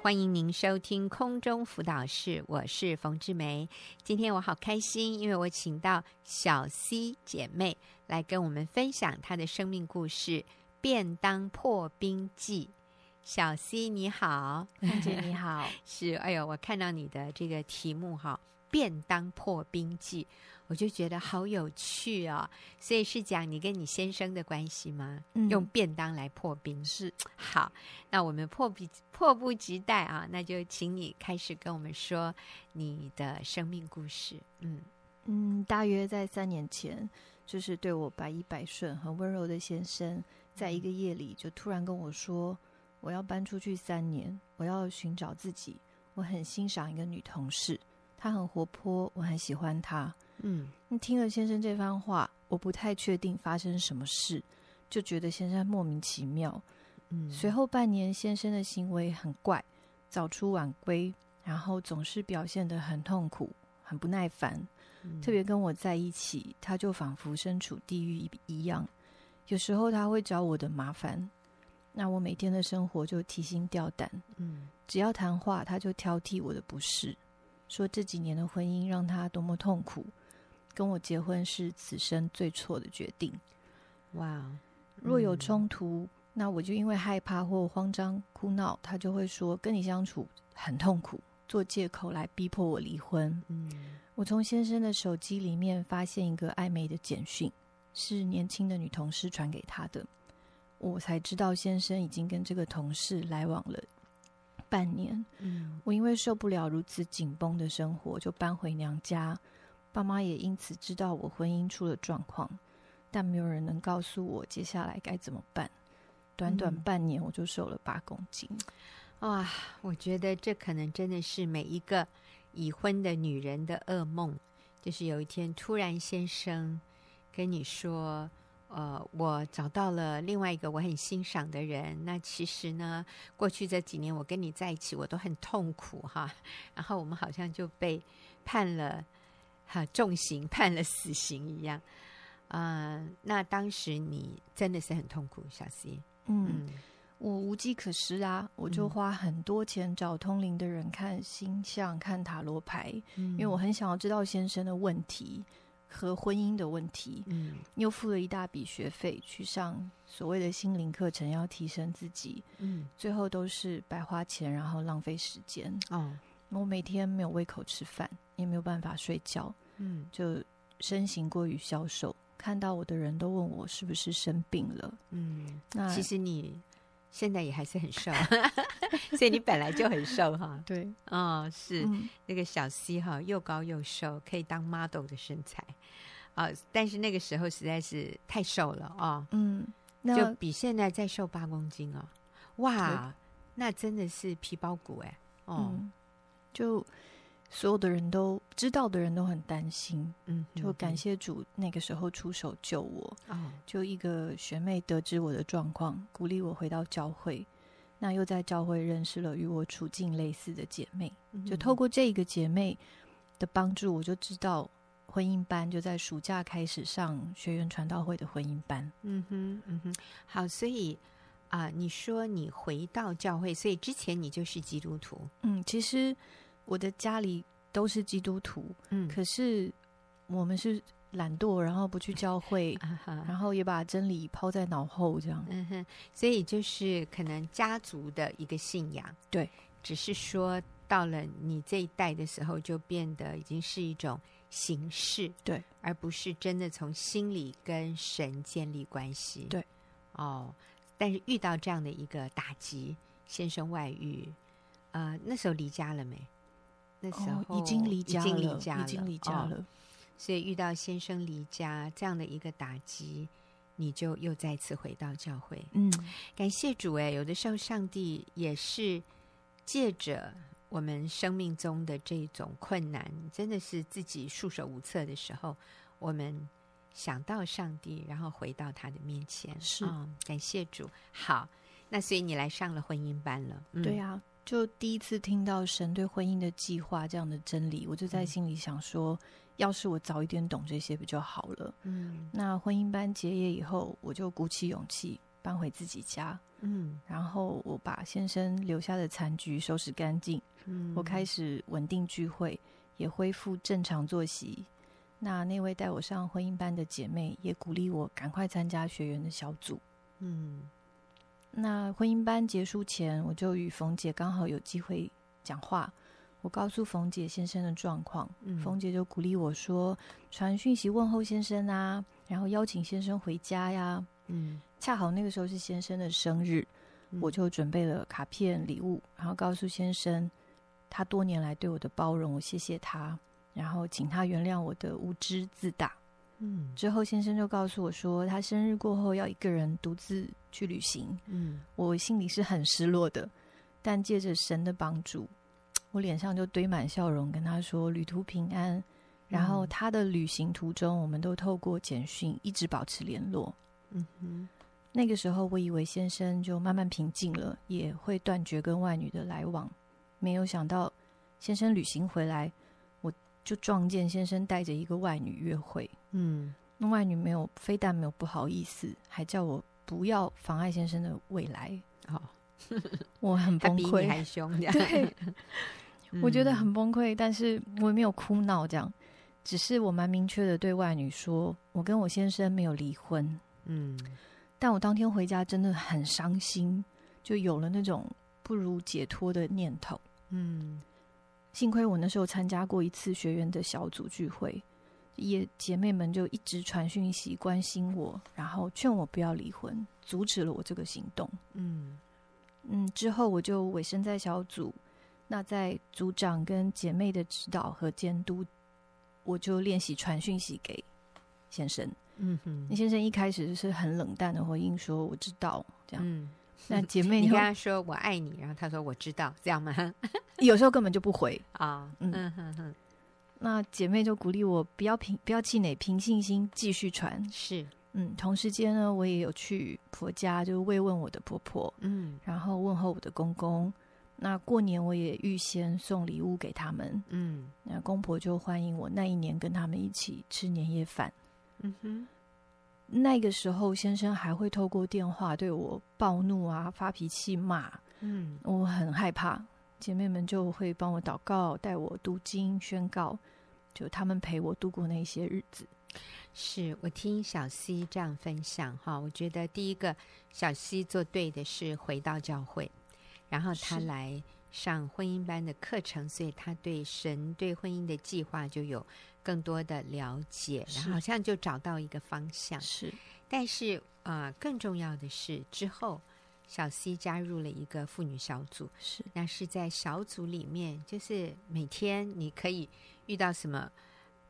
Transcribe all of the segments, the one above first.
欢迎您收听空中辅导室，我是冯志梅。今天我好开心，因为我请到小 C 姐妹来跟我们分享她的生命故事《便当破冰记》。小 C 你好，凤姐你好， 是哎呦，我看到你的这个题目哈，《便当破冰记》，我就觉得好有趣哦。所以是讲你跟你先生的关系吗？嗯用便当来破冰是好，那我们迫不迫不及待啊，那就请你开始跟我们说你的生命故事。嗯嗯，大约在三年前，就是对我百依百顺、很温柔的先生，在一个夜里就突然跟我说，我要搬出去三年，我要寻找自己。我很欣赏一个女同事，她很活泼，我很喜欢她。嗯嗯听了先生这番话，我不太确定发生什么事，就觉得先生莫名其妙。嗯，随后半年，先生的行为很怪，早出晚归，然后总是表现得很痛苦、很不耐烦。嗯特别跟我在一起，他就仿佛身处地狱一一样。有时候他会找我的麻烦，那我每天的生活就提心吊胆。嗯只要谈话，他就挑剔我的不是，说这几年的婚姻让他多么痛苦，跟我结婚是此生最错的决定。哇哦，若有嗯冲突，那我就因为害怕或慌张哭闹，他就会说跟你相处很痛苦，做借口来逼迫我离婚。嗯我从先生的手机里面发现一个暧昧的简讯，是年轻的女同事传给他的。我才知道先生已经跟这个同事来往了半年。嗯我因为受不了如此紧绷的生活，就搬回娘家。爸妈也因此知道我婚姻出了状况，但没有人能告诉我接下来该怎么办。短短嗯半年，我就瘦了八公斤。哇，我觉得这可能真的是每一个已婚的女人的噩梦，就是有一天突然先生跟你说。呃，我找到了另外一个我很欣赏的人。那其实呢，过去这几年我跟你在一起，我都很痛苦哈。然后我们好像就被判了哈、重刑，判了死刑一样。啊、那当时你真的是很痛苦，小 C。嗯嗯我无计可施啊，我就嗯花很多钱找通灵的人看星象、看塔罗牌，嗯，因为我很想要知道先生的问题和婚姻的问题，嗯又付了一大笔学费去上所谓的心灵课程，要提升自己，嗯最后都是白花钱，然后浪费时间。哦我每天没有胃口吃饭，也没有办法睡觉，嗯。就身形过于消瘦。看到我的人都问我是不是生病了。嗯，那其实你现在也还是很 瘦，所以你本来就很瘦哈。对，哦，是、嗯那个小 C 哈，又高又瘦，可以当 model 的身材啊、但是那个时候实在是太瘦了哦，嗯，就那比现在再瘦八公斤哦。哇，那真的是皮包骨哎。哦，嗯，就所有的人都知道的人都很担心，嗯，就感谢谢主那个时候出手救我。哦，就一个学妹得知我的状况，鼓励我回到教会，那又在教会认识了与我处境类似的姐妹。嗯就透过这一个姐妹的帮助，我就知道婚姻班就在暑假开始上学员传道会的婚姻班。嗯哼，嗯哼，好，所以啊、你说你回到教会，所以之前你就是基督徒，嗯，其实我的家里都是基督徒，嗯可是我们是懒惰，然后不去教会，啊哈，然后也把真理抛在脑后，这样。嗯哼，所以就是可能家族的一个信仰，对，只是说到了你这一代的时候，就变得已经是一种形式，对，而不是真的从心里跟神建立关系，对，哦，但是遇到这样的一个打击，先生外遇，呃，那时候离家了没？那时候、哦已经离家了，已经离家了，已经离家哦了。所以遇到先生离家这样的一个打击，你就又再次回到教会，嗯，感谢主哎，有的时候上帝也是借着我们生命中的这种困难，真的是自己束手无策的时候，我们想到上帝，然后回到他的面前。是啊、感谢主。好，那所以你来上了婚姻班了，嗯、对啊，就第一次听到神对婚姻的计划这样的真理，我就嗯在心里想说，要是我早一点懂这些不就好了？嗯那婚姻班结业以后，我就鼓起勇气。搬回自己家，嗯然后我把先生留下的残局收拾干净，嗯，我开始稳定聚会，也恢复正常作息。那那位带我上婚姻班的姐妹也鼓励我赶快参加学员的小组。嗯那婚姻班结束前，我就与冯姐刚好有机会讲话。我告诉冯姐先生的状况，嗯冯姐就鼓励我说，传讯息问候先生啊，然后邀请先生回家呀。嗯，恰好那个时候是先生的生日，嗯我就准备了卡片礼物，然后告诉先生，他多年来对我的包容，我谢谢他，然后请他原谅我的无知自大。嗯之后先生就告诉我说，他生日过后要一个人独自去旅行，嗯我心里是很失落的，但借着神的帮助，我脸上就堆满笑容，跟他说旅途平安。然后嗯他的旅行途中，我们都透过简讯一直保持联络。嗯哼那个时候，我以为先生就慢慢平静了，也会断绝跟外女的来往，没有想到先生旅行回来，我就撞见先生带着一个外女约会。嗯那外女没有，非但没有不好意思，还叫我不要妨碍先生的未来。好，我很他崩比你溃，还凶，这样 对，我觉得嗯很崩溃，但是我也没有哭闹，这样，只是我蛮明确的对外女说，我跟我先生没有离婚，嗯但我当天回家真的很伤心，就有了那种不如解脱的念头。嗯幸亏我那时候参加过一次学员的小组聚会，也姐妹们就一直传讯息关心我，然后劝我不要离婚，阻止了我这个行动。嗯嗯，之后我就委身在小组，那在组长跟姐妹的指导和监督，我就练习传讯息给先生。嗯那哼，先生一开始是很冷淡的回应说：“我知道。”这样，嗯， 那姐妹你就跟他说我爱你，然后他说我知道，这样 吗？有时候根本就不回。啊，嗯嗯哼哼，那姐妹就鼓励我不要平不要气馁，凭信心继续传。是，嗯，同时间呢，我也有去婆家，就是慰问我的婆婆，嗯然后问候我的公公。那过年我也预先送礼物给他们。嗯那公婆就欢迎我那一年跟他们一起吃年夜饭。嗯哼，那个时候，先生还会透过电话对我暴怒啊、发脾气、骂，嗯我很害怕。姐妹们就会帮我祷告，带我读经、宣告，就他们陪我度过那些日子。是我听小 C 这样分享哈，我觉得第一个小 C 做对的是回到教会，然后他是来上婚姻班的课程，所以他对神对婚姻的计划就有更多的了解，然后是好像就找到一个方向。是，但是啊、呃更重要的是之后。小 C 加入了一个妇女小组，是，那是在小组里面，就是每天你可以遇到什么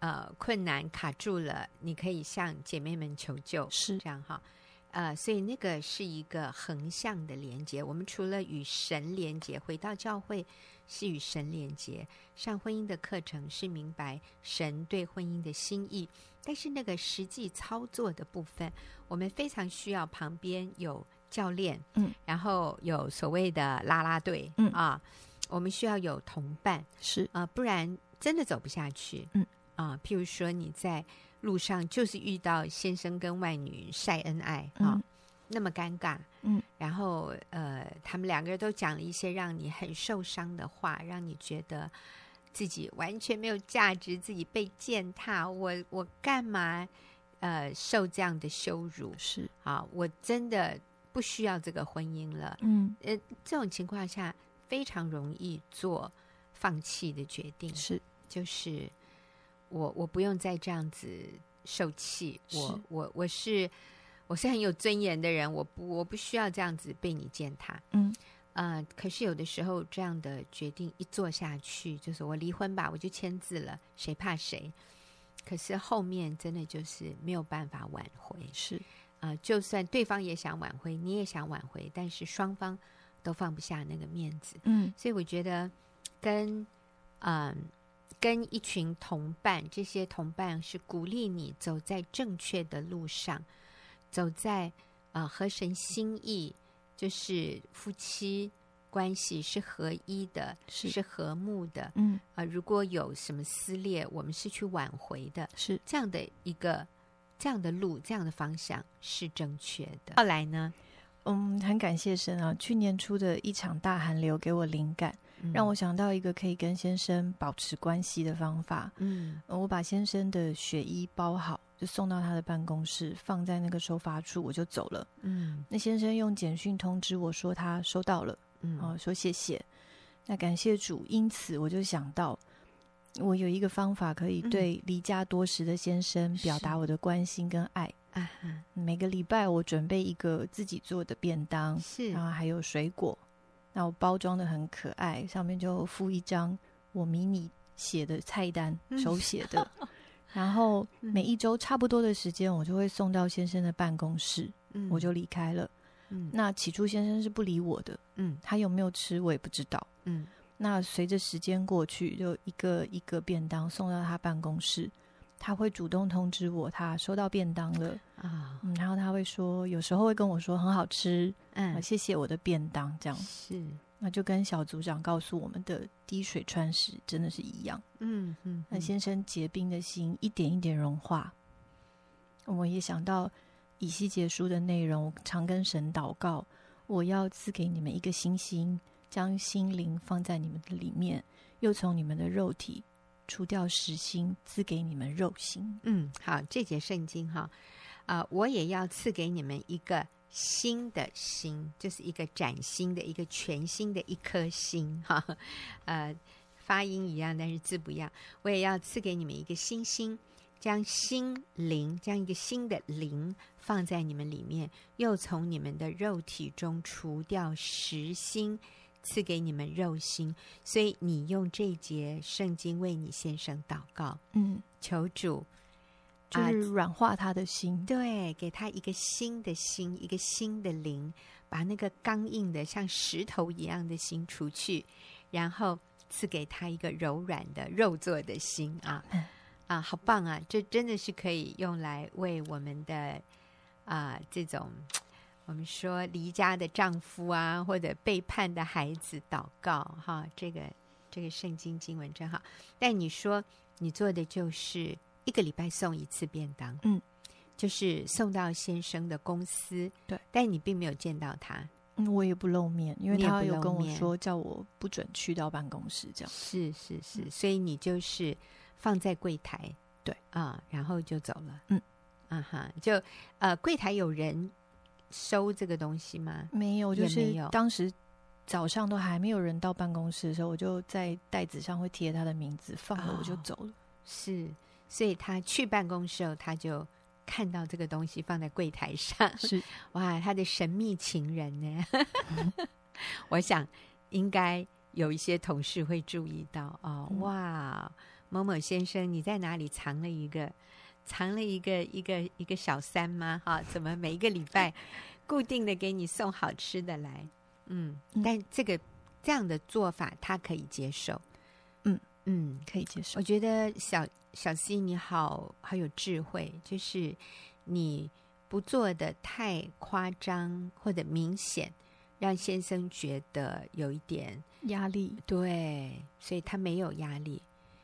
呃困难卡住了，你可以向姐妹们求救，是，这样哈。呃，所以那个是一个横向的连接。我们除了与神连接，回到教会是与神连接，上婚姻的课程是明白神对婚姻的心意，但是那个实际操作的部分，我们非常需要旁边有教练，嗯，然后有所谓的啦啦队，嗯啊，我们需要有同伴，是，啊、不然真的走不下去。嗯啊、譬如说你在路上就是遇到先生跟外女晒恩爱啊、嗯那么尴尬。嗯，然后呃，他们两个人都讲了一些让你很受伤的话，让你觉得自己完全没有价值，自己被践踏，我我干嘛呃受这样的羞辱是，啊？我真的不需要这个婚姻了。嗯，这种情况下非常容易做放弃的决定，是，就是我我不用再这样子受气，我是我我是我是很有尊严的人，我不我不需要这样子被你践踏。嗯，呃，可是有的时候这样的决定一做下去，就是我离婚吧，我就签字了，谁怕谁？可是后面真的就是没有办法挽回，是，啊、就算对方也想挽回，你也想挽回，但是双方都放不下那个面子，嗯，所以我觉得跟嗯、跟一群同伴，这些同伴是鼓励你走在正确的路上，走在啊、呃合神心意，就是夫妻关系是合一的，是是和睦的啊、嗯，呃如果有什么撕裂，我们是去挽回的，是，这样的一个这样的路，这样的方向是正确的。后来呢，嗯，很感谢神啊！去年初的一场大寒流给我灵感，嗯让我想到一个可以跟先生保持关系的方法。嗯呃我把先生的雪衣包好，就送到他的办公室，放在那个收发处，我就走了。嗯那先生用简讯通知我说他收到了，嗯哦，说谢谢。那感谢主，因此我就想到，我有一个方法可以嗯对离家多时的先生表是达我的关心跟爱。啊哈每个礼拜我准备一个自己做的便当，是然后还有水果，那我包装的很可爱，上面就附一张我迷你写的菜单，嗯手写的。 然后嗯每一周差不多的时间，我就会送到先生的办公室，嗯我就离开了。嗯那起初先生是不理我的，嗯他有没有吃我也不知道。嗯那随着时间过去，就一个一个便当送到他办公室，他会主动通知我他收到便当了。啊嗯，然后他会说，有时候会跟我说很好吃，啊嗯谢谢我的便当这样，是那就跟小组长告诉我们的滴水穿石真的是一样。嗯嗯那嗯先生结冰的心一点一点融化，我也想到以西结书的内容，我常跟神祷告，我要赐给你们一个星星，将心灵放在你们的里面，又从你们的肉体除掉实心，赐给你们肉心。嗯，好，这节圣经哈，啊、我也要赐给你们一个新的心，就是一个崭新的、一个全新的一颗心哈，呃，发音一样，但是字不一样。我也要赐给你们一个新心，将心灵，将一个新的灵放在你们里面，又从你们的肉体中除掉实心，赐给你们肉心。所以你用这一节圣经为你先生祷告，嗯，求主。就啊是软化他的心。对，给他一个新的心，一个新的灵，把那个刚硬的像石头一样的心除去，然后赐给他一个柔软的肉做的心啊嗯啊，好棒啊！这真的是可以用来为我们的啊这种我们说离家的丈夫啊，或者背叛的孩子祷告哈。这个这个圣经经文真好。但你说你做的就是一个礼拜送一次便当，嗯，就是送到先生的公司，对，但你并没有见到他，嗯，我也不露面，因为你也他不有露跟我面说叫我不准去到办公室这样。是是是，嗯所以你就是放在柜台，对啊，然后就走了，嗯，啊哈，就呃，柜台有人收这个东西吗？没有，就也没是有当时早上都还没有人到办公室的时候，我就在袋子上会贴他的名字，放了我就哦走 了。是，所以他去办公室后，他就看到这个东西放在柜台上，是，哇，他的神秘情人呢？嗯 我想应该有一些同事会注意到哦，嗯哇，某某先生，你在哪里藏了一个？藏了一个一个一个小三吗？哈、怎么每一个礼 拜固定的给你送好吃的来？嗯，嗯但这个这样的做法他可以接受。嗯嗯，可以接受我。觉得小小 C 你好好有智慧，就是你不做的太夸张或者明显，让先生觉得有一点压力，对，所以他没有压力，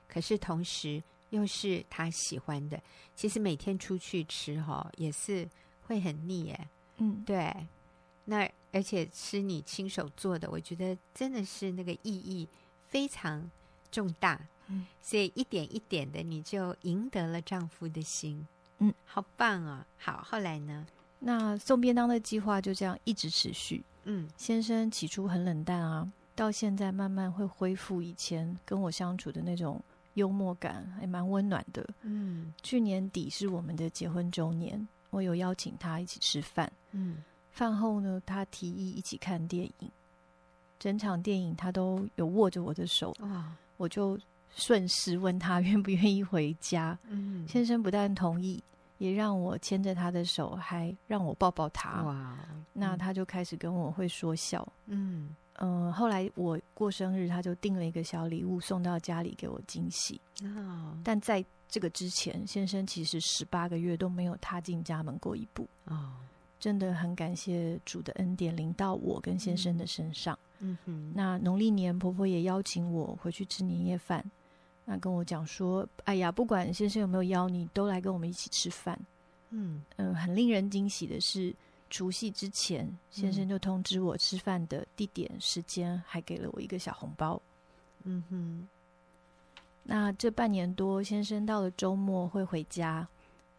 可是同时又是他喜欢的。其实每天出去吃哈、也是会很腻耶，嗯，对，那而且吃你亲手做的，我觉得真的是那个意义非常重大。嗯，所以一点一点的，你就赢得了丈夫的心。嗯，好棒哦！好，后来呢？那送便当的计划就这样一直持续。嗯先生起初很冷淡啊，到现在慢慢会恢复以前跟我相处的那种幽默感，还蛮温暖的。嗯去年底是我们的结婚周年，我有邀请他一起吃饭。嗯饭后呢，他提议一起看电影，整场电影他都有握着我的手，哇我就顺势问他愿不愿意回家。嗯先生不但同意，也让我牵着他的手，还让我抱抱哇他。哦，那他就开始跟我会说笑。嗯嗯，后来我过生日，他就订了一个小礼物送到家里给我惊喜。哦但在这个之前，先生其实十八个月都没有踏进家门过一步。哦真的很感谢主的恩典临到我跟先生的身上。嗯哼那农历年，婆婆也邀请我回去吃年夜饭，那跟我讲说：“哎呀，不管先生有没有邀你，都来跟我们一起吃饭。嗯”嗯，很令人惊喜的是，除夕之前，先生就通知我吃饭的地点、时间，还给了我一个小红包。嗯哼，那这半年多，先生到了周末会回家，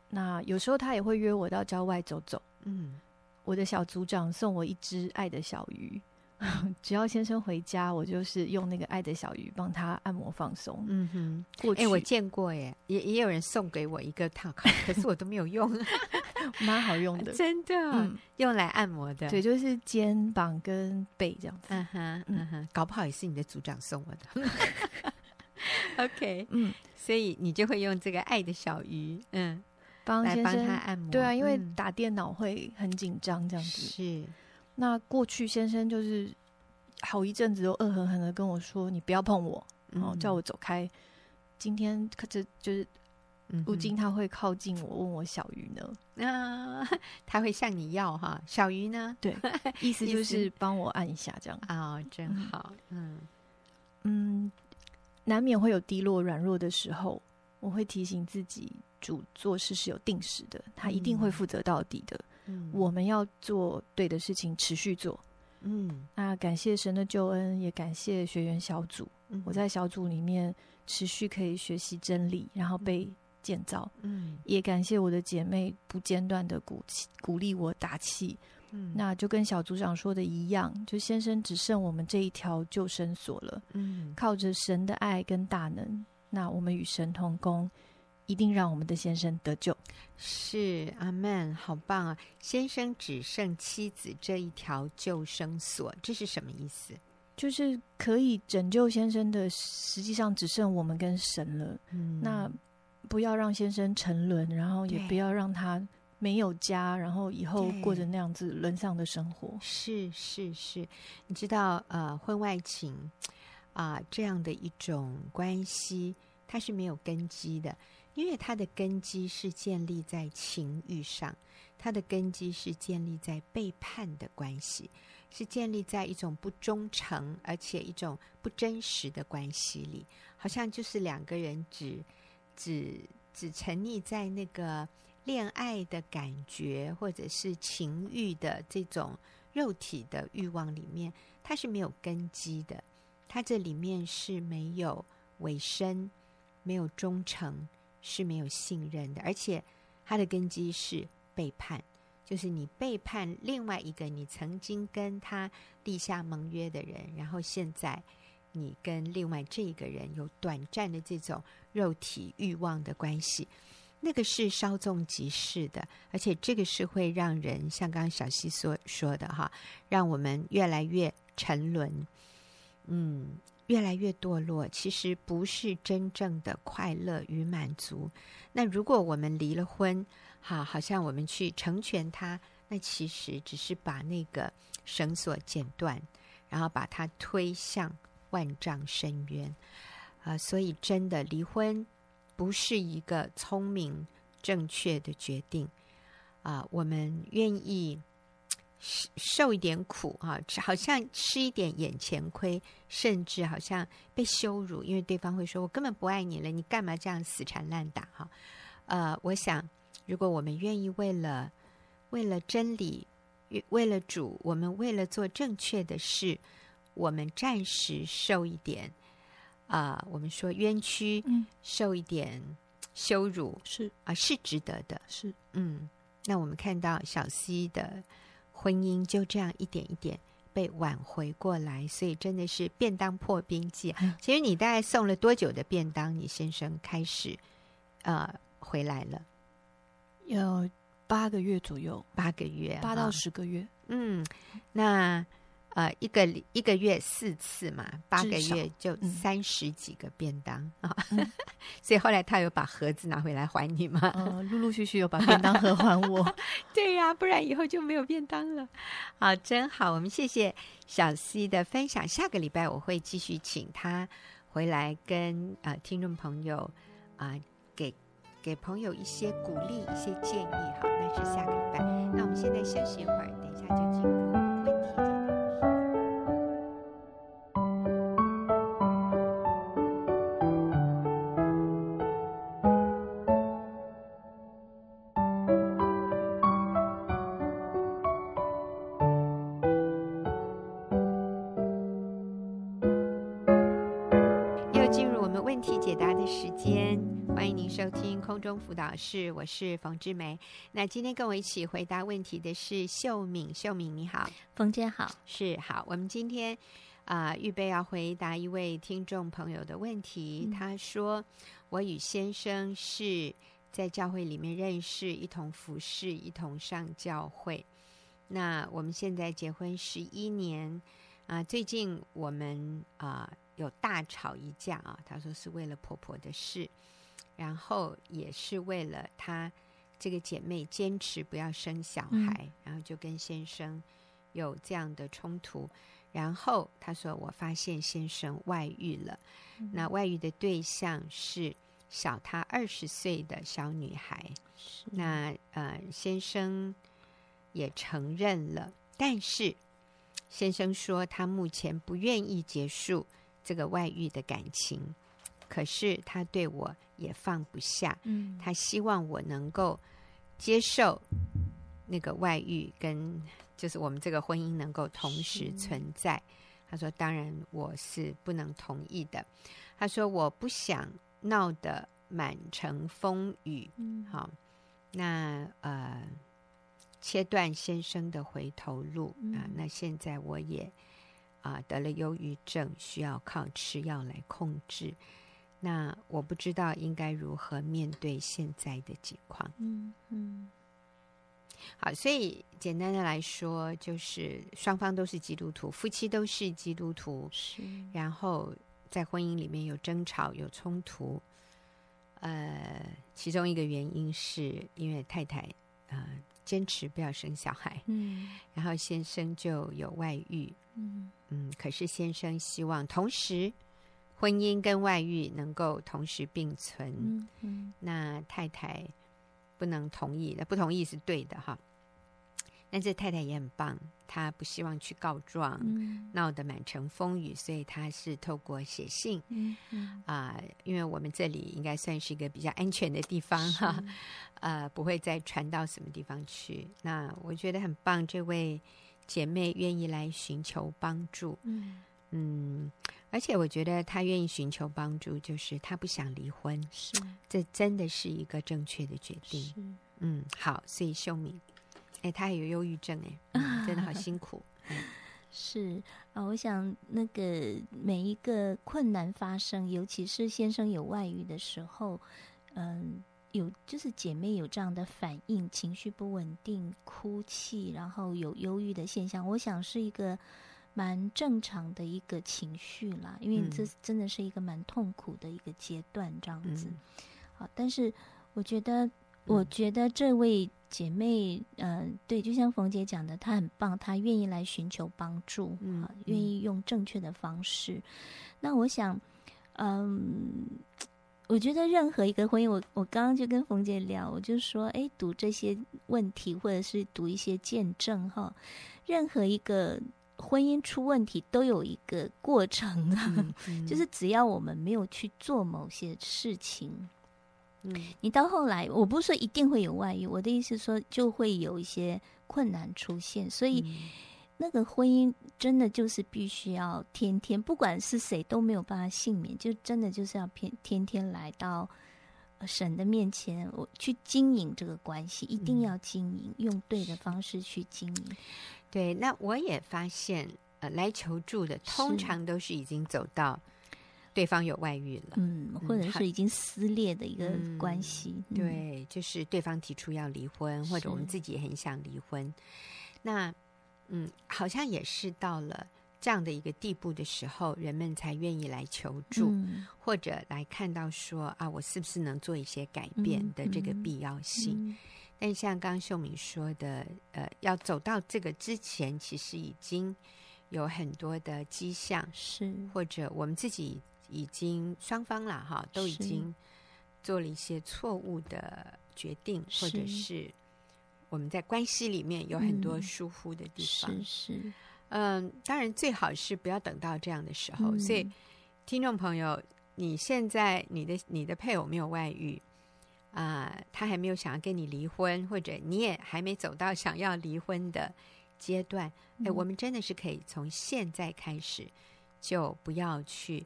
那有时候他也会约我到郊外走走。嗯我的小组长送我一只爱的小鱼， 只要先生回家，我就是用那个爱的小鱼帮他按摩放松。嗯哼，过哎、去，我见过耶，也也有人送给我一个套 卡，可是我都没有用，啊蛮好用的，真的、嗯，用来按摩的。对，，就是肩膀跟背这样子。嗯哼，嗯哼，搞不好也是你的组长送我的。OK，嗯，所以你就会用这个爱的小鱼，嗯，帮来先帮他生，按摩。对啊，因为嗯打电脑会很紧张这样子。是，那过去先生就是好一阵子都恶狠狠的跟我说：“你不要碰我，然后嗯哦叫我走开。”今天可这就是嗯如哼今他会靠近我，问我小鱼呢，啊， 他会向你要哈，小鱼呢？意思哎意就思是帮我按一下这样。啊、真嗯好，嗯嗯，难免会有低落、软弱的时候，我会提醒自己，主做事是有定时的，他一定会嗯负责到底的。嗯，我们要做对的事情，持续做。嗯，那感谢神的救恩，也感谢学员小组，嗯我在小组里面持续可以学习真理，然后被建造。嗯也感谢我的姐妹不间断的鼓起鼓励我打气，嗯那就跟小组长说的一样，就先生只剩我们这一条救生索了。嗯靠着神的爱跟大能，那我们与神同工，一定让我们的先生得救。是阿曼，好棒啊！先生只剩妻子这一条救生索，这是什么意思？就是可以拯救先生的，实际上只剩我们跟神了。嗯那不要让先生沉沦，然后也对不要让他没有家，然后以后对过着那样子沦丧的生活。是是是，你知道呃，婚外情啊、这样的一种关系，它是没有根基的，因为它的根基是建立在情欲上，它的根基是建立在背叛的关系，是建立在一种不忠诚而且一种不真实的关系里，好像就是两个人只只只沉溺在那个。恋爱的感觉，或者是情欲的这种肉体的欲望里面，它是没有根基的，它这里面是没有尾声，没有忠诚，是没有信任的，而且它的根基是背叛，就是你背叛另外一个你曾经跟他立下盟约的人，然后现在你跟另外这个人有短暂的这种肉体欲望的关系。那个是稍纵即逝的，而且这个是会让人像刚刚小溪所说的哈，让我们越来越沉沦，嗯，越来越堕落。其实不是真正的快乐与满足。那如果我们离了婚，哈，好像我们去成全他，那其实只是把那个绳索剪断，然后把它推向万丈深渊。啊、所以真的离婚不是一个聪明正确的决定啊、我们愿意是受一点苦啊，吃好像吃一点眼前亏，甚至好像被羞辱，因为对方会说：“我根本不爱你了，你干嘛这样死缠烂打？”哈、呃，我想，如果我们愿意为了为了真理，为为了主，我们为了做正确的事，我们暂时受一点啊、我们说冤屈，嗯，受一点羞辱是啊、是值得的。是，嗯，那我们看到小 C 的婚姻就这样一点一点被挽回过来，所以真的是便当破冰记啊。嗯其实你大概送了多久的便当，你先生开始呃回来了？要八个月左右，八个月，啊八到哈十个 月，嗯，那呃，一个礼一个月四次嘛，八个月就嗯三十几个便当啊，嗯 所以后来他有把盒子拿回来还你吗？呃，陆陆续续有把便当盒还我。 对呀、不然以后就没有便当了。好，真好，我们谢谢小 C 的分享。下个礼拜我会继续请他回来跟呃听众朋友啊、给给朋友一些鼓励、一些建议。好，那是下个礼拜。那我们现在休息一会儿，等一下就进入问题解答的时间。问题解答的时间，欢迎您收听空中辅导室，我是冯志梅。那今天跟我一起回答问题的是秀敏，秀敏你好，冯姐好，是好，我们今天啊、呃预备要回答一位听众朋友的问题，嗯他说我与先生是在教会里面认识，一同服侍，一同上教会。那我们现在结婚十一年啊、最近我们啊、有大吵一架啊，他说是为了婆婆的事，然后也是为了她这个姐妹坚持不要生小孩，然后就跟先生有这样的冲突。然后他说：“我发现先生外遇了，那外遇的对象是小他二十岁的小女孩。那呃，先生也承认了，但是先生说他目前不愿意结束这个外遇的感情，可是他对我也放不下，嗯他希望我能够接受那个外遇跟就是我们这个婚姻能够同时是存在。他说：“当然我是不能同意的。”他说：“我不想闹得满城风雨。”嗯好，那呃，切断先生的回头路啊、嗯那现在我也啊、得了忧郁症，需要靠吃药来控制。那我不知道应该如何面对现在的情况。嗯嗯好，所以简单的来说，就是双方都是基督徒，夫妻都是基督徒，是然后在婚姻里面有争吵、有冲突，呃，其中一个原因是因为太太呃坚持不要生小孩，嗯然后先生就有外遇，嗯嗯，可是先生希望同时婚姻跟外遇能够同时并存，嗯嗯那太太不能同意，那不同意是对的哈。但是太太也很棒，她不希望去告状，嗯闹得满城风雨，所以她是透过写信嗯嗯啊、因为我们这里应该算是一个比较安全的地方哈，呃，不会再传到什么地方去。那我觉得很棒，这位姐妹愿意来寻求帮助，嗯嗯，而且我觉得她愿意寻求帮助，就是她不想离婚，是这真的是一个正确的决定。是嗯，好，所以秀敏，哎，她也有忧郁症，哎、嗯真的好辛 苦。是啊，我想那个每一个困难发生，尤其是先生有外遇的时候，嗯、有就是姐妹有这样的反应，情绪不稳定、哭泣，然后有忧郁的现象，我想是一个蛮正常的一个情绪啦，因为嗯这真的是一个蛮痛苦的一个阶段，这样子。嗯好，但是我觉得，我觉得这位姐妹，呃，对，就像冯姐讲的，她很棒，她愿意来寻求帮助，嗯啊嗯愿意用正确的方式。那我想，嗯。我觉得任何一个婚姻，我我刚刚就跟冯姐聊，我就说，哎，读这些问题，或者是读一些见证，哈，任何一个婚姻出问题都有一个过程的，嗯嗯就是只要我们没有去做某些事情，嗯你到后来，我不是说一定会有外遇，我的意思是说就会有一些困难出现，所以嗯那个婚姻真的就是必须要天天，不管是谁都没有办法幸免，就真的就是要天天天来到呃神的面前，我去经营这个关系，一嗯定要经营，用对的方式去经营，对，那我也发现，呃，来求助的通是常都是已经走到对方有外遇了，嗯，或者好是已经撕裂的一个嗯关系，嗯，对，就是对方提出要离婚，或者我们是自己也很想离婚，那嗯，好像也是到了这样的一个地步的时候，人们才愿意来求助。嗯或者来看到说啊，我是不是能做一些改变嗯的这个嗯必要性？嗯但像刚刚秀敏说的，呃，要走到这个之前，其实已经有很多的迹象，是，或者我们自己已经双方啦哈，都已是经做了一些错误的决定，或者是是我们在关系里面有很多嗯疏忽的地方。是是，嗯，当然最好是不要等到这样的时候。所以嗯，听众朋友，你现在你的你的配偶没有外遇啊、他还没有想要跟你离婚，或者你也还没走到想要离婚的阶段，哎，嗯我们真的是可以从现在开始就不要去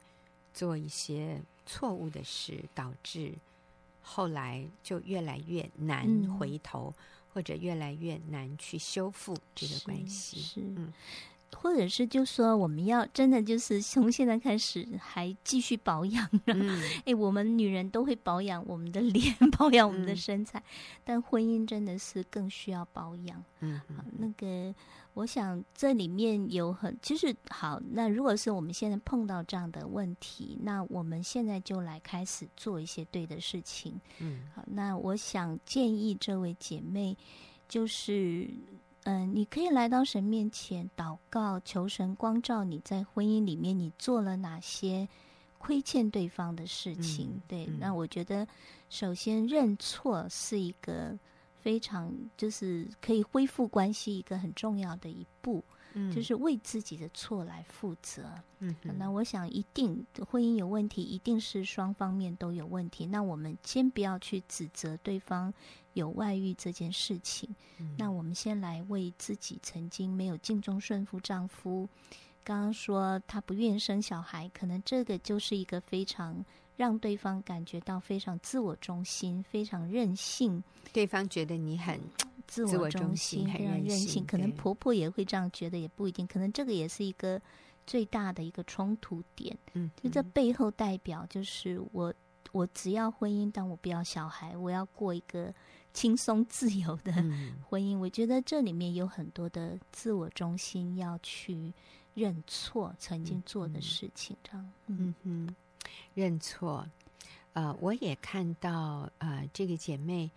做一些错误的事，导致后来就越来越难嗯回头，或者越来越难去修复这个是关 系。是，嗯或者是就说我们要真的就是从现在开始还继续保养， 嗯，哎，我们女人都会保养我们的脸， 保养我们的嗯身材，但婚姻真的是更需要保养。嗯嗯好那个，我想这里面有很，其实好，那如果是我们现在碰到这样的问题，那我们现在就来开始做一些对的事情。嗯好，那我想建议这位姐妹，就是，嗯、你可以来到神面前祷告，求神光照你在婚姻里面你做了哪些亏欠对方的事情。嗯对，嗯那我觉得首先认错是一个非常就是可以恢复关系一个很重要的一步，嗯，就是为自己的错来负责。嗯哼那我想，一定婚姻有问题，一定是双方面都有问题。那我们先不要去指责对方有外遇这件事情，嗯那我们先来为自己曾经没有尽忠顺服丈夫，刚刚说她不愿意生小孩，可能这个就是一个非常让对方感觉到非常自我中心、非常任性、对方觉得你很自自我我中中心、心很非常任任性性。可能对婆婆也会这样觉得，也不一定。可能这个也是一个最大的一个冲突点。嗯，就这嗯背后代表就是我，我只要婚姻，但我不要小孩，我要过一个轻松自由的嗯 婚姻。我觉得这里面有很多的自我中心要去认错曾经做的嗯事情，这样。嗯嗯哼，认错。呃，我也看到，呃，这个姐妹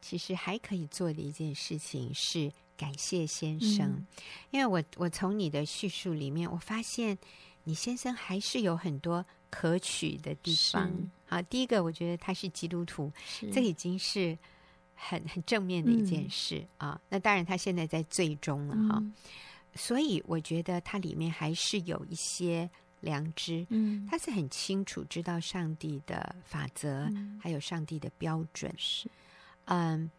其实还可以做的一件事情是感谢先生，嗯因为我我从你的叙述里面，我发现你先生还是有很多可取的地方是。好，第一个，我觉得他是基督徒，是这已经是很很正面的一件嗯事、啊。那当然，他现在在最终了哈、嗯所以我觉得它里面还是有一些良知，嗯，他是很清楚知道上帝的法则，嗯还有上帝的标准。是嗯，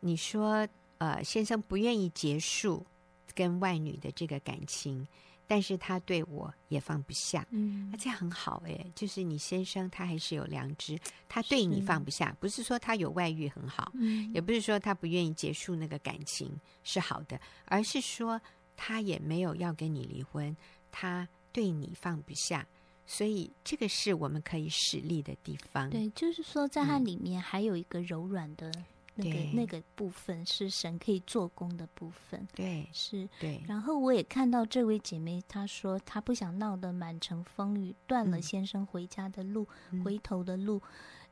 你说呃，先生不愿意结束跟外女的这个感情，但是他对我也放不下。嗯那这样很好诶，就是你先生他还是有良知，他对你是放不下，不是说他有外遇很好，嗯也不是说他不愿意结束那个感情是好的，而是说他也没有要跟你离婚，他对你放不下，所以这个是我们可以使力的地方。对，就是说在它嗯里面还有一个柔软的那个对那个部分是神可以做工的部分，对是对然后我也看到这位姐妹，她说她不想闹得满城风雨，断了嗯先生回家的路、嗯回头的路。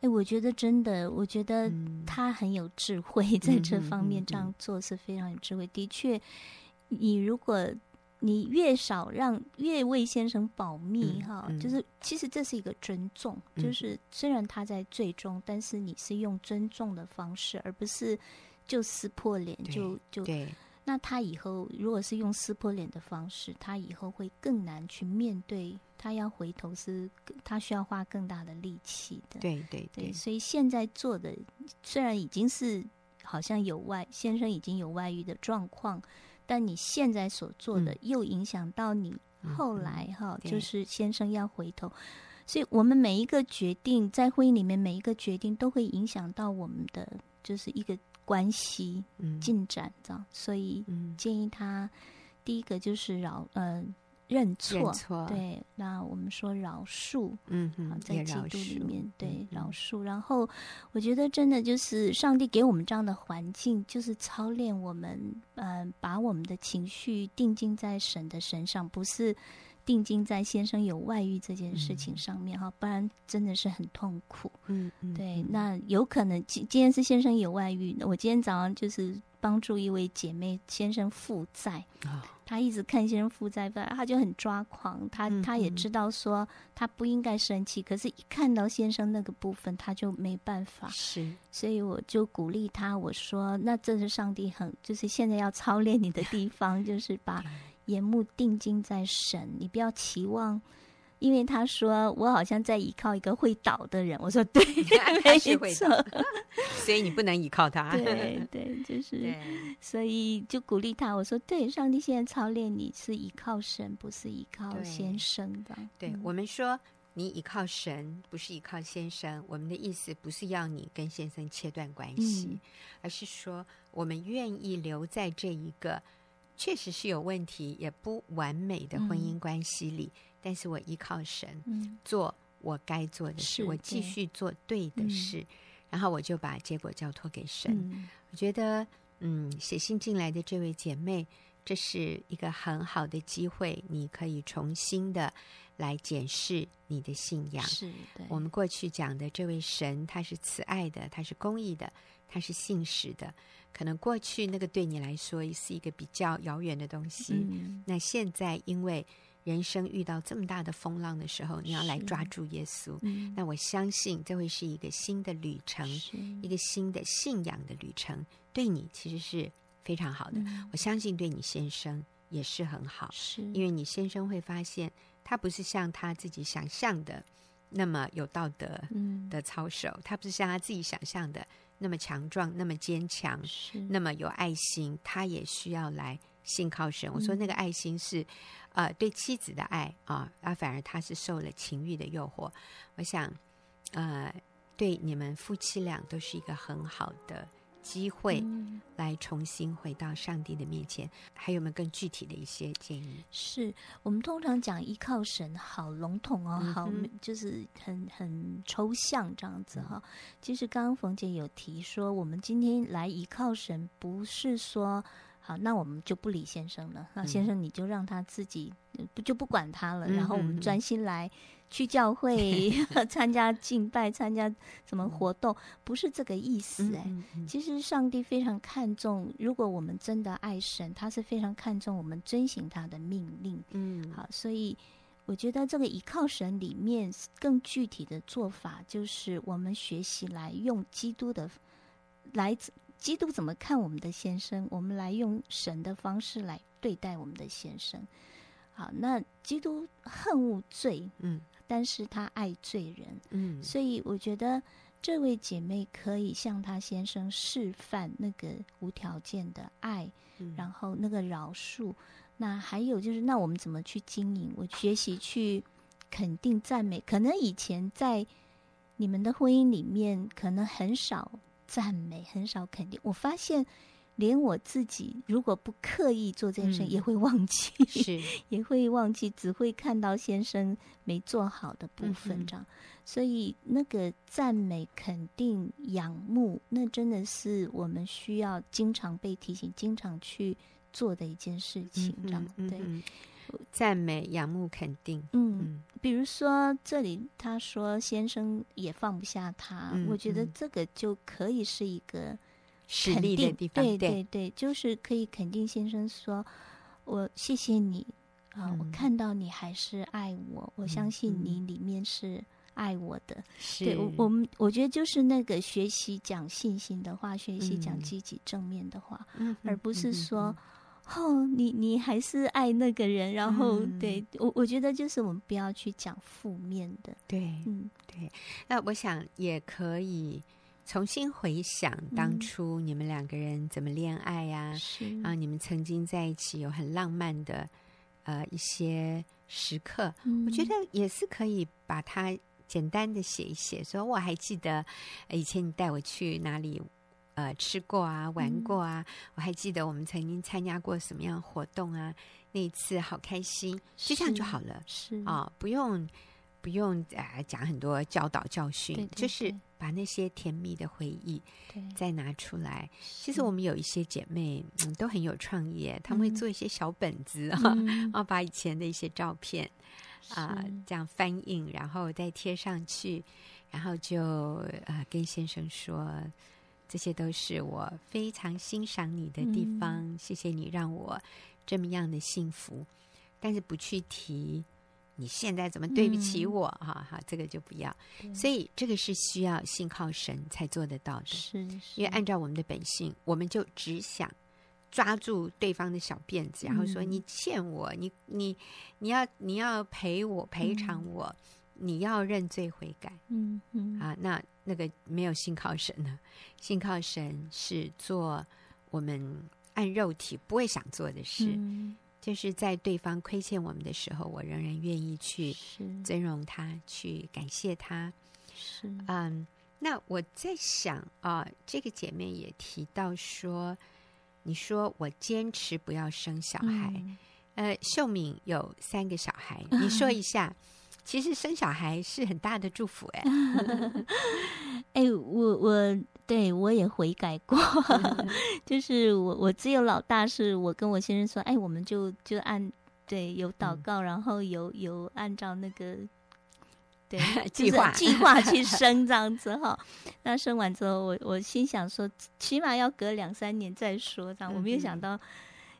哎，我觉得真的，我觉得嗯她很有智慧， 在这嗯方面嗯这样做是非常有智慧。的确，你如果你越少让越为先生保密嗯哈、嗯就是其实这是一个尊重，嗯就是虽然他在最终，但是你是用尊重的方式，而不是就撕破脸对就就对，那他以后如果是用撕破脸的方式，他以后会更难去面对，他要回头是他需要花更大的力气的。对对对对，所以现在做的虽然已经是好像有外先生已经有外遇的状况，但你现在所做的嗯又影响到你嗯后来哈，对就是先生要回头。所以，我们每一个决定，在婚姻里面每一个决定，都会影响到我们的就是一个关系，嗯进展，这样，所以嗯建议他第一个就是饶，呃，认错，认错，对，那我们说饶恕，嗯啊嗯，，在也基饶督里恕面，对嗯，饶嗯恕。然后我觉得真的就是上帝给我们这样的环境，就是操练我们，嗯，把我们的情绪定睛在神的身上，不是定睛在先生有外遇这件事情嗯上面哈，不然真的是很痛苦。嗯嗯，对，嗯那有可能今今天是先生有外遇，我今天早上就是帮助一位姐妹，先生负债，哦她一直看先生负债，负债，她就很抓狂，她嗯她也嗯知道说她不应该生气，可是一看到先生那个部分，她就没办法，是所以我就鼓励她，我说那这是上帝很，就是现在要操练你的地 方，就是把眼目定睛在神，你不要期望。因为他说我好像在依靠一个会倒的人，我说对， 他是 没会错的，所以你不能依靠他。 对对，就是，对所以就鼓励他，我说对，上帝现在操练你是依靠神，不是依靠对先生的。对嗯，我们说你依靠神，不是依靠先生。我们的意思不是要你跟先生切断关系，嗯而是说我们愿意留在这一个确实是有问题也不完美的婚姻关系里，但是我依靠神嗯做我该做的事，是我继对续做对的嗯事，然后我就把结果交托给神。嗯我觉得，嗯，写信进来的这位姐妹，这是一个很好的机会，你可以重新的来检视你的信仰。是对，我们过去讲的这位神，他是慈爱的，他是公义的，他是信实的。可能过去那个对你来说是一个比较遥远的东西，嗯那现在因为人生遇到这么大的风浪的时候，你要来是抓住耶稣。嗯那我相信这会是一个新的旅程，是一个新的信仰的旅程，对你其实是非常好的。嗯我相信对你先生也是很好，是因为你先生会发现他不是像他自己想象的那么有道德嗯的操守，他不是像他自己想象的那么强壮、那么坚强、是那么有爱心，他也需要来信靠神。我说嗯那个爱心是，呃，对妻子的爱啊，啊，反而他是受了情欲的诱惑。我想，呃，对你们夫妻俩都是一个很好的机会，嗯来重新回到上帝的面前。还有没有更具体的一些建议？是我们通常讲依靠神，好笼统哦，嗯好哼嗯就是很很抽象这样子哈、其实刚刚冯姐有提说，我们今天来依靠神，不是说好，那我们就不理先生了，那先嗯生你就让他自己呃不就不管他了，然后我嗯嗯们嗯专心来去教 会、参加敬拜、参加什么嗯活动，不是这个意思哎、嗯嗯其实上帝非常看重，如果我们真的爱神，他是非常看重我们遵行他的命令。嗯，好，所以我觉得这个依靠神里面更具体的做法，就是我们学习来用基督的来基督怎么看我们的先生，我们来用神的方式来对待我们的先生。好，那基督恨恶罪，嗯但是他爱罪人。嗯所以我觉得这位姐妹可以向她先生示范那个无条件的爱，嗯，然后那个饶恕。那还有就是，那我们怎么去经营？我学习去肯定、赞美。可能以前在你们的婚姻里面，可能很少赞美，很少肯定。我发现，连我自己如果不刻意做这件事，嗯也会忘记。 是也会忘记，只会看到先生没做好的部嗯哼分，这样。所以那个赞美、肯定、仰慕，那真的是我们需要经常被提醒、经常去做的一件事情，这样。嗯对，嗯嗯赞美、仰慕、肯定，嗯，嗯比如说这里他说先生也放不下他，嗯我觉得嗯这个就可以是一个。实肯力定的地方，对对对，就是可以肯定先生说：“我谢谢你啊、我嗯看到你还是爱我，我相信你嗯里面是爱我的。是对我，我们我觉得就是那个学习讲信心的话，学习讲嗯积极正面的话，嗯哼而不是嗯哼说。哦，你你还是爱那个人，然后、嗯对我我觉得就是我们不要去讲负面的，对，嗯那我想也可以重新回想当嗯初你们两个人怎么恋爱呀、是啊，你们曾经在一起有很浪漫的呃一些时刻，我觉嗯得也是可以把它简单的写一写，说我还记得呃以前你带我去哪里。呃，吃过啊，玩嗯过啊，我还记得我们曾经参加过什么样的活动啊，那一次好开心，就这样就是好了。是啊、不用不用啊、呃讲很多教导教训，对就对是对把那些甜蜜的回忆对，再拿出来。其实我们有一些姐妹、嗯、都很有创意耶，她们会嗯做一些小本子啊。嗯 啊，把以前的一些照片啊、是这样翻印，然后再贴上去，然后就呃跟先生说，这些都是我非常欣赏你的地嗯方，谢谢你让我这么样的幸福，但是不去提你现在怎么对不起嗯我哈哈、这个就不要。对所以这个是需要信靠神才做得到的，是，因为是按照我们的本性，我们就只想抓住对方的小辫子，然后说嗯你欠我，你你你要你要赔我赔偿我，你要认罪悔改嗯嗯啊！那那个没有信靠神呢，信靠神是做我们按肉体不会想做的事，嗯就是在对方亏欠我们的时候，我仍然愿意去是尊荣他，去感谢他。是嗯，那我在想啊、这个姐妹也提到说，你说我坚持不要生小孩，嗯呃，秀敏有三个小孩，你说一下。其实生小孩是很大的祝福哎、哎、我我对我也悔改过，嗯 就是我我只有老大是我跟我先生说，哎，我们就就按对有祷嗯告，然后有有按照那个 对计划 就是计划 去生这样子哈。那生完之后，我我心想说，起码要隔两三年再说这样。我没有嗯想到，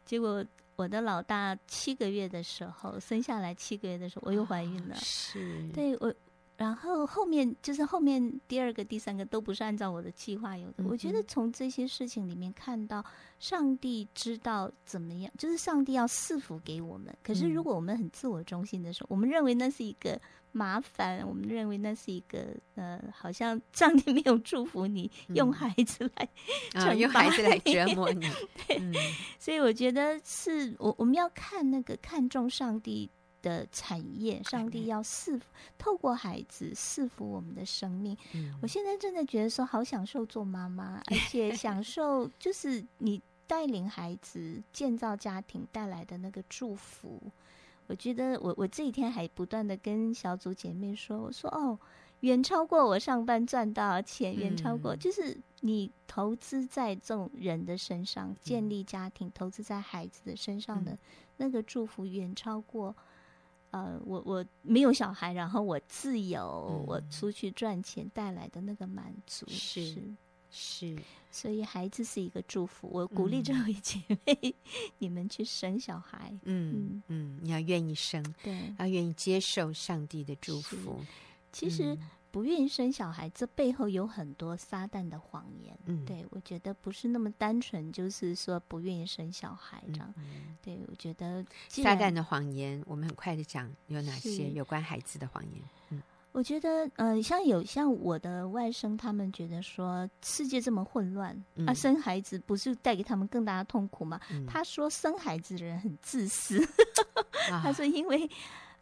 结果我的老大七个月的时候生下来，七个月的时候我又怀孕了。是，对我，然后后面就是后面第二个、第三个都不是按照我的计划有的。我觉得嗯哼从这些事情里面看到，上帝知道怎么样，就是上帝要赐福给我们。可是嗯如果我们很自我中心的时候，我们认为那是一个麻烦，我们认为那是一个呃，好像 上帝没有祝福你，用嗯孩子来啊，用惩罚孩子来你折磨 你，嗯所以我觉得是我我们要看那个看重上帝的产业，上帝业要赐福透过孩子赐福我们的生命。嗯我现在真的觉得说好享受做妈妈，而且享受就是你带领孩子建造家庭带来的那个祝福。我觉得我我这几天还不断的跟小组姐妹说，我说哦，远超过我上班赚到的钱，远超过、嗯就是你投资在这种人的身上，建立家庭，投资在孩子的身上的、嗯那个祝福，远超过呃，我我没有小孩，然后我自由，嗯我出去赚钱带来的那个满足是是，所以孩子是一个祝福。我鼓励这位姐妹， 你们去生小孩，嗯嗯嗯，你要愿意生，对，要愿意接受上帝的祝是福。其实嗯不愿意生小孩，这背后有很多撒旦的谎言。嗯，嗯，对，我觉得不是那么单纯，就是说不愿意生小孩这样。嗯对，我觉得既撒然旦的谎言，我们很快的讲有哪些是有关孩子的谎言。嗯我觉得，呃，像有像我的外甥，他们觉得说世界这么混乱，啊，嗯生孩子不是带给他们更大的痛苦吗？嗯，他说生孩子的人很自私，他 他说因为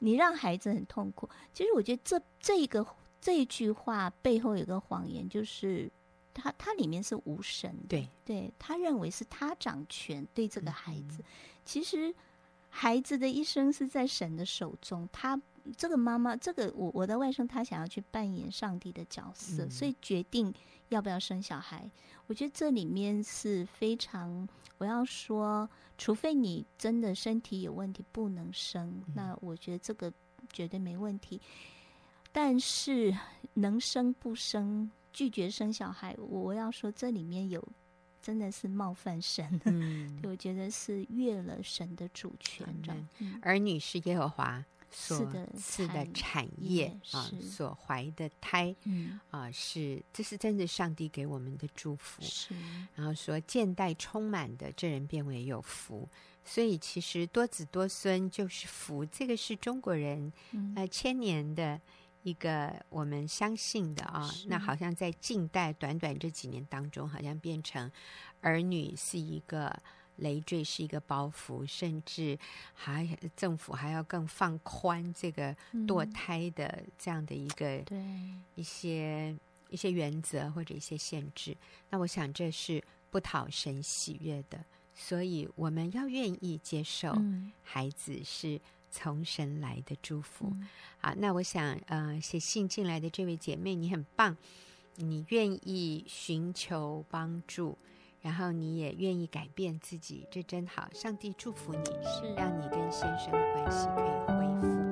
你让孩子很痛苦。其实我觉得这这一个这一句话背后有个谎言，就是它它里面是无神的，对，对他认为是他掌权对这个孩子，嗯其实孩子的一生是在神的手中。他这个妈妈，这个我我的外甥，他想要去扮演上帝的角色，嗯所以决定要不要生小孩。我觉得这里面是非常，我要说，除非你真的身体有问题不能生，那我觉得这个绝对没问题。但是能生不生，拒绝生小孩，我我要说这里面有真的是冒犯神，嗯，对我觉得是越了神的主权这样。嗯儿女是耶和华是所的赐的产产业业啊，是所怀的胎嗯，啊，是这是真的上帝给我们的祝福。是然后说见代充满的，这人便为有福。所以其实多子多孙就是福，这个是中国人嗯呃千年的一个我们相信的啊、是那好像在近代短短这几年当中，好像变成儿女是一个累赘，是一个包袱，甚至还政府还要更放宽这个堕嗯胎的这样的一个对，一些一些原则或者一些限制。那我想这是不讨神喜悦的，所以我们要愿意接受嗯孩子是从神来的祝福。好，那我想呃，写信进来的这位姐妹，你很棒，你愿意寻求帮助。然后你也愿意改变自己，这真好。上帝祝福你，是让你跟先生的关系可以恢复。